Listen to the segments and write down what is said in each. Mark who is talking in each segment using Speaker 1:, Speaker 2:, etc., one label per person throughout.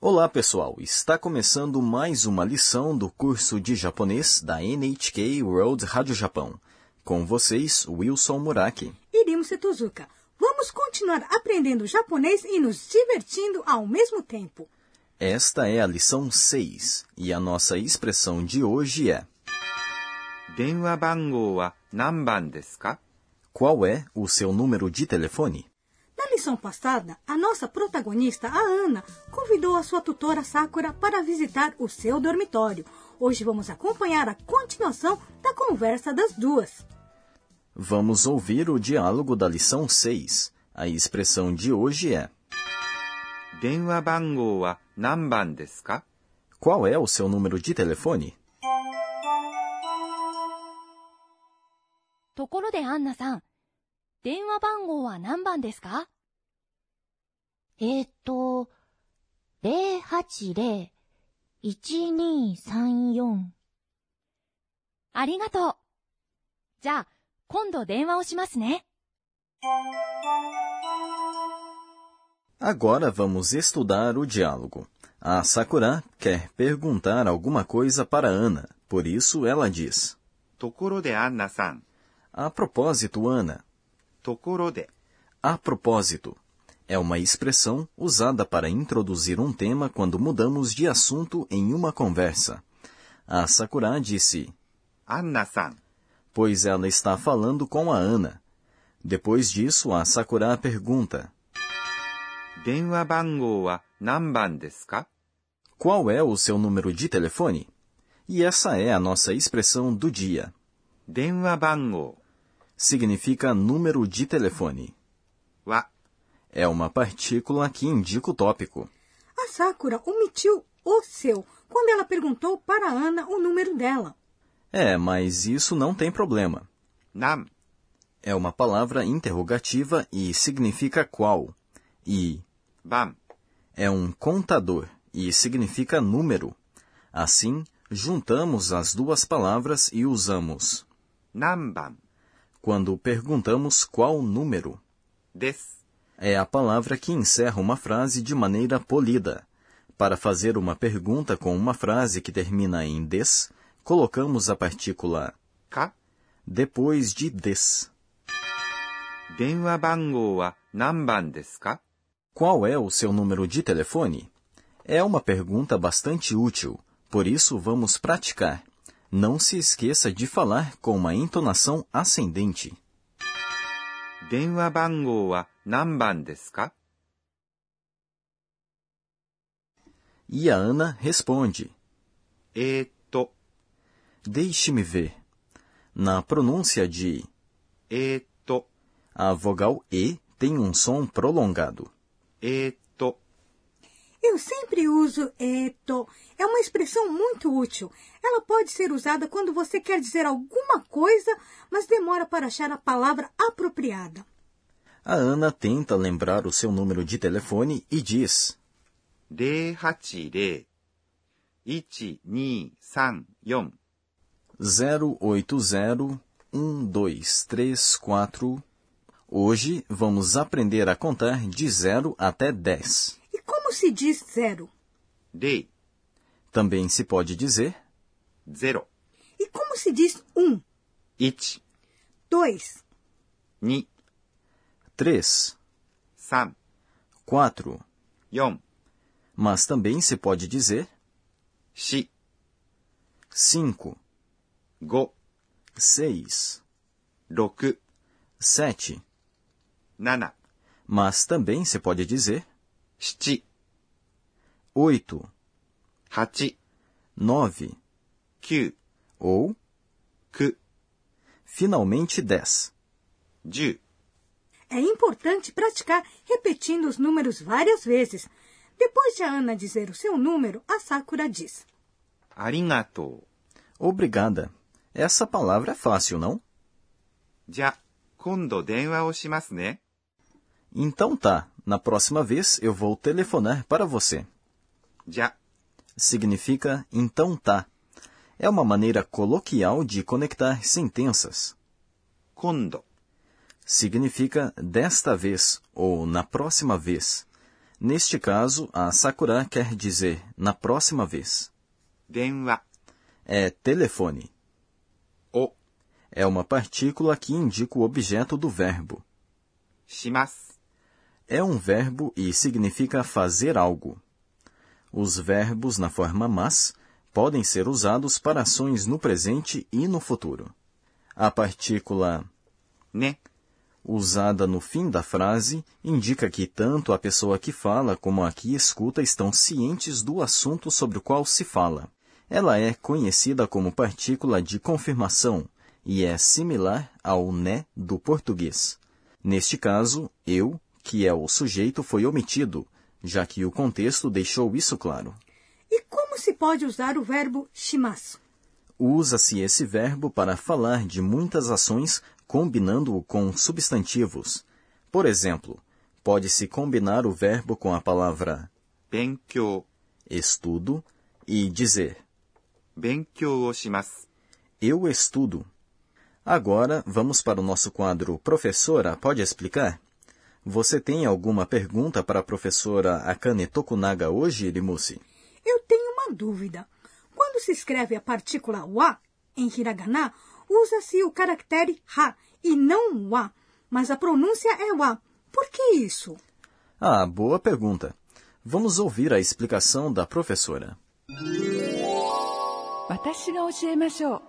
Speaker 1: Olá, pessoal! Está começando mais uma lição do curso de japonês da NHK World Rádio Japão. Com vocês, Wilson Muraki.
Speaker 2: Irimo Setozuka, vamos continuar aprendendo japonês e nos divertindo ao mesmo tempo.
Speaker 1: Esta é a lição 6 e a nossa expressão de hoje é:
Speaker 3: 電話番号は何番ですか
Speaker 1: Qual é o seu número de telefone?
Speaker 2: Na lição passada, a nossa protagonista, a Ana, convidou a sua tutora Sakura para visitar o seu dormitório. Hoje vamos acompanhar a continuação da conversa das duas.
Speaker 1: Vamos ouvir o diálogo da lição 6. A expressão de hoje é:
Speaker 3: 電話番号は何番ですか
Speaker 1: Qual é o seu número de telefone?
Speaker 4: ところでアンナさん、電話番号は何番ですかえーっと、080-1234。ありがとう。じゃあ、今度電話をしますね。
Speaker 1: Agora vamos estudar o diálogo. A Sakura quer perguntar alguma coisa para Ana, por isso ela diz:
Speaker 3: ところでアンナさん、
Speaker 1: A propósito, Ana,
Speaker 3: ところで
Speaker 1: a propósito é uma expressão usada para introduzir um tema quando mudamos de assunto em uma conversa. A Sakura disse:
Speaker 3: アンナさん、
Speaker 1: pois ela está falando com a Ana. Depois disso, a Sakura pergunta:
Speaker 3: 電話番号は何番ですか
Speaker 1: Qual é o seu número de telefone? E essa é a nossa expressão do dia.
Speaker 3: 電話番号
Speaker 1: Significa número de telefone.
Speaker 3: は
Speaker 1: É uma partícula que indica o tópico.
Speaker 2: A Sakura omitiu o seu quando ela perguntou para a Ana o número dela.
Speaker 1: É, mas isso não tem problema.
Speaker 3: 何
Speaker 1: É uma palavra interrogativa e significa qual. E
Speaker 3: 番
Speaker 1: é um contador e significa número. Assim, juntamos as duas palavras e usamos
Speaker 3: 何番
Speaker 1: quando perguntamos qual número.
Speaker 3: です。
Speaker 1: É a palavra que encerra uma frase de maneira polida. Para fazer uma pergunta com uma frase que termina em des, colocamos a partícula
Speaker 3: か
Speaker 1: depois de des.
Speaker 3: 電話番号は何番ですか
Speaker 1: Qual é o seu número de telefone? É uma pergunta bastante útil, por isso vamos praticar. Não se esqueça de falar com uma entonação ascendente.
Speaker 3: 電話番号は何番ですか
Speaker 1: E a Ana responde:
Speaker 3: えーっと、
Speaker 1: Deixe-me ver. Na pronúncia de
Speaker 3: えーっと、
Speaker 1: A vogal E tem um som prolongado.
Speaker 3: えーっと、
Speaker 2: Eu sempre uso eto. É uma expressão muito útil. Ela pode ser usada quando você quer dizer alguma coisa, mas demora para achar a palavra apropriada.
Speaker 1: A Ana tenta lembrar o seu número de telefone e diz:
Speaker 3: 080-1234
Speaker 1: 0801234. Hoje vamos aprender a contar de 0 até 10.
Speaker 2: E como se diz zero?
Speaker 3: 0
Speaker 1: Também se pode dizer
Speaker 3: 0
Speaker 2: E como se diz um,
Speaker 3: 1
Speaker 2: dois,
Speaker 3: 2
Speaker 1: 3,
Speaker 3: 3
Speaker 1: 4,
Speaker 3: 4
Speaker 1: mas também se pode dizer
Speaker 3: 4
Speaker 1: 5,
Speaker 3: 5
Speaker 1: 6,
Speaker 3: 6
Speaker 1: 7,
Speaker 3: 7
Speaker 1: mas também se pode dizer
Speaker 3: 7
Speaker 1: 8,
Speaker 3: 8
Speaker 1: 9
Speaker 3: 9
Speaker 1: ou,
Speaker 3: 9
Speaker 1: finalmente, 10.
Speaker 3: 10
Speaker 2: É importante praticar repetindo os números várias vezes. Depois de a Ana dizer o seu número, a Sakura diz.
Speaker 3: ありがとう。
Speaker 1: Obrigada. Essa palavra é fácil, não?
Speaker 3: じゃ、今度電話をしますね。
Speaker 1: Então tá, na próxima vez eu vou telefonar para você.
Speaker 3: じゃ、
Speaker 1: Significa então tá. É uma maneira coloquial de conectar sentenças.
Speaker 3: 今度。
Speaker 1: Significa desta vez ou na próxima vez. Neste caso, a Sakura quer dizer na próxima vez.
Speaker 3: 電話
Speaker 1: É telefone.
Speaker 3: を
Speaker 1: É uma partícula que indica o objeto do verbo.
Speaker 3: します。
Speaker 1: É um verbo e significa fazer algo. Os verbos na forma mas podem ser usados para ações no presente e no futuro. A partícula
Speaker 3: ね、
Speaker 1: usada no fim da frase indica que tanto a pessoa que fala como a que escuta estão cientes do assunto sobre o qual se fala. Ela é conhecida como partícula de confirmação e é similar ao né do português. Neste caso, eu, que é o sujeito, foi omitido, já que o contexto deixou isso claro.
Speaker 2: E como se pode usar o verbo shimasu?
Speaker 1: Usa-se esse verbo para falar de muitas ações combinando-o com substantivos. Por exemplo, pode-se combinar o verbo com a palavra
Speaker 3: 勉強、
Speaker 1: estudo e dizer
Speaker 3: 勉強をします。
Speaker 1: eu estudo. Agora vamos para o nosso quadro Professora pode explicar? Você tem alguma pergunta para a professora Akane Tokunaga hoje, Irimusi?
Speaker 2: Eu tenho uma dúvida. Quando se escreve a partícula wa em hiragana, usa-se o caractere ha e não wa, mas a pronúncia é wa. Por que isso?
Speaker 1: Ah, boa pergunta. Vamos ouvir a explicação da professora.
Speaker 5: 私が教えましょう。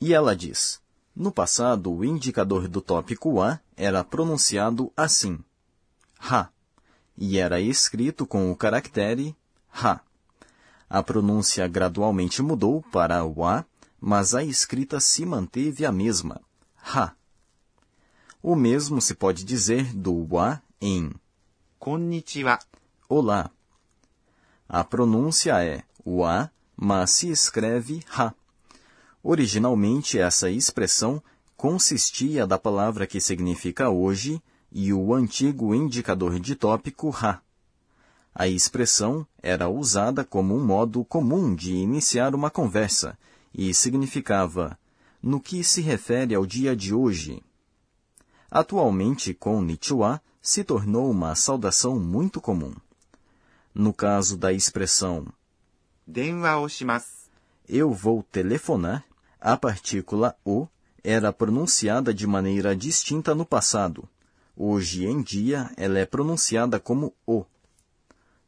Speaker 1: E ela diz: No passado, o indicador do tópico A era pronunciado assim, ha, e era escrito com o caractere ha. A pronúncia gradualmente mudou para o A, mas a escrita se manteve a mesma, ha. O mesmo se pode dizer do A em
Speaker 3: こんにちは、
Speaker 1: olá. A pronúncia é o A, mas se escreve ha. Originalmente, essa expressão consistia da palavra que significa hoje e o antigo indicador de tópico ha. A expressão era usada como um modo comum de iniciar uma conversa e significava no que se refere ao dia de hoje. Atualmente, com Nichiwa, se tornou uma saudação muito comum. No caso da expressão
Speaker 3: 電話をします。
Speaker 1: eu vou telefonar, a partícula o era pronunciada de maneira distinta no passado. Hoje em dia, ela é pronunciada como o.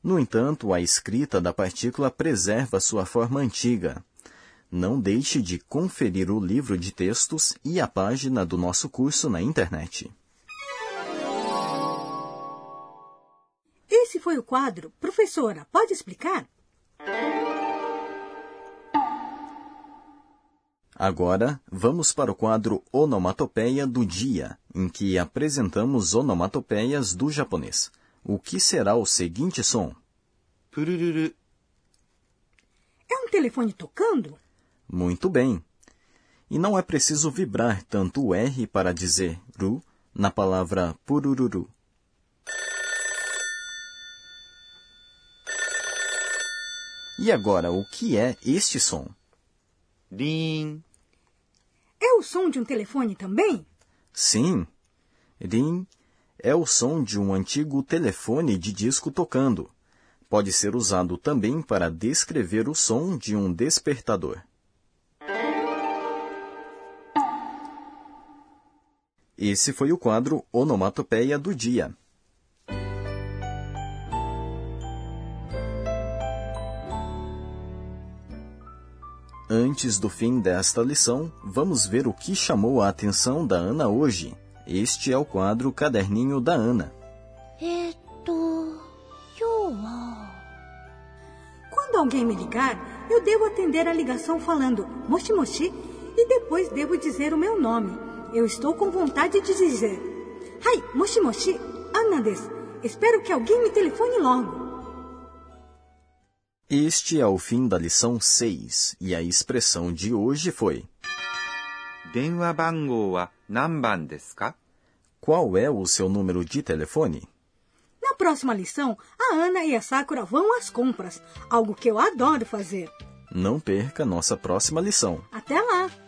Speaker 1: No entanto, a escrita da partícula preserva sua forma antiga. Não deixe de conferir o livro de textos e a página do nosso curso na internet.
Speaker 2: Esse foi o quadro. Professora, pode explicar?
Speaker 1: Agora, vamos para o quadro Onomatopeia do Dia, em que apresentamos onomatopeias do japonês. O que será o seguinte som?
Speaker 3: プルルル、
Speaker 2: É um telefone tocando?
Speaker 1: Muito bem! E não é preciso vibrar tanto o R para dizer ru na palavra purururu. E agora, o que é este som?
Speaker 3: リーン、
Speaker 2: É o som de um telefone também?
Speaker 1: Sim. Rim é o som de um antigo telefone de disco tocando. Pode ser usado também para descrever o som de um despertador. Esse foi o quadro Onomatopeia do Dia. Antes do fim desta lição, vamos ver o que chamou a atenção da Ana hoje. Este é o quadro Caderninho da Ana.
Speaker 4: えーっと、今日は、
Speaker 2: Quando alguém me ligar, eu devo atender a ligação falando moshi moshi e depois devo dizer o meu nome. Eu estou com vontade de dizer: Hai, moshi moshi, Ana desu. Espero que alguém me telefone logo.
Speaker 1: Este é o fim da lição 6 e a expressão de hoje foi:
Speaker 3: 電話番号は何番ですか
Speaker 1: Qual é o seu número de telefone?
Speaker 2: Na próxima lição, a Ana e a Sakura vão às compras, algo que eu adoro fazer.
Speaker 1: Não perca nossa próxima lição.
Speaker 2: Até lá!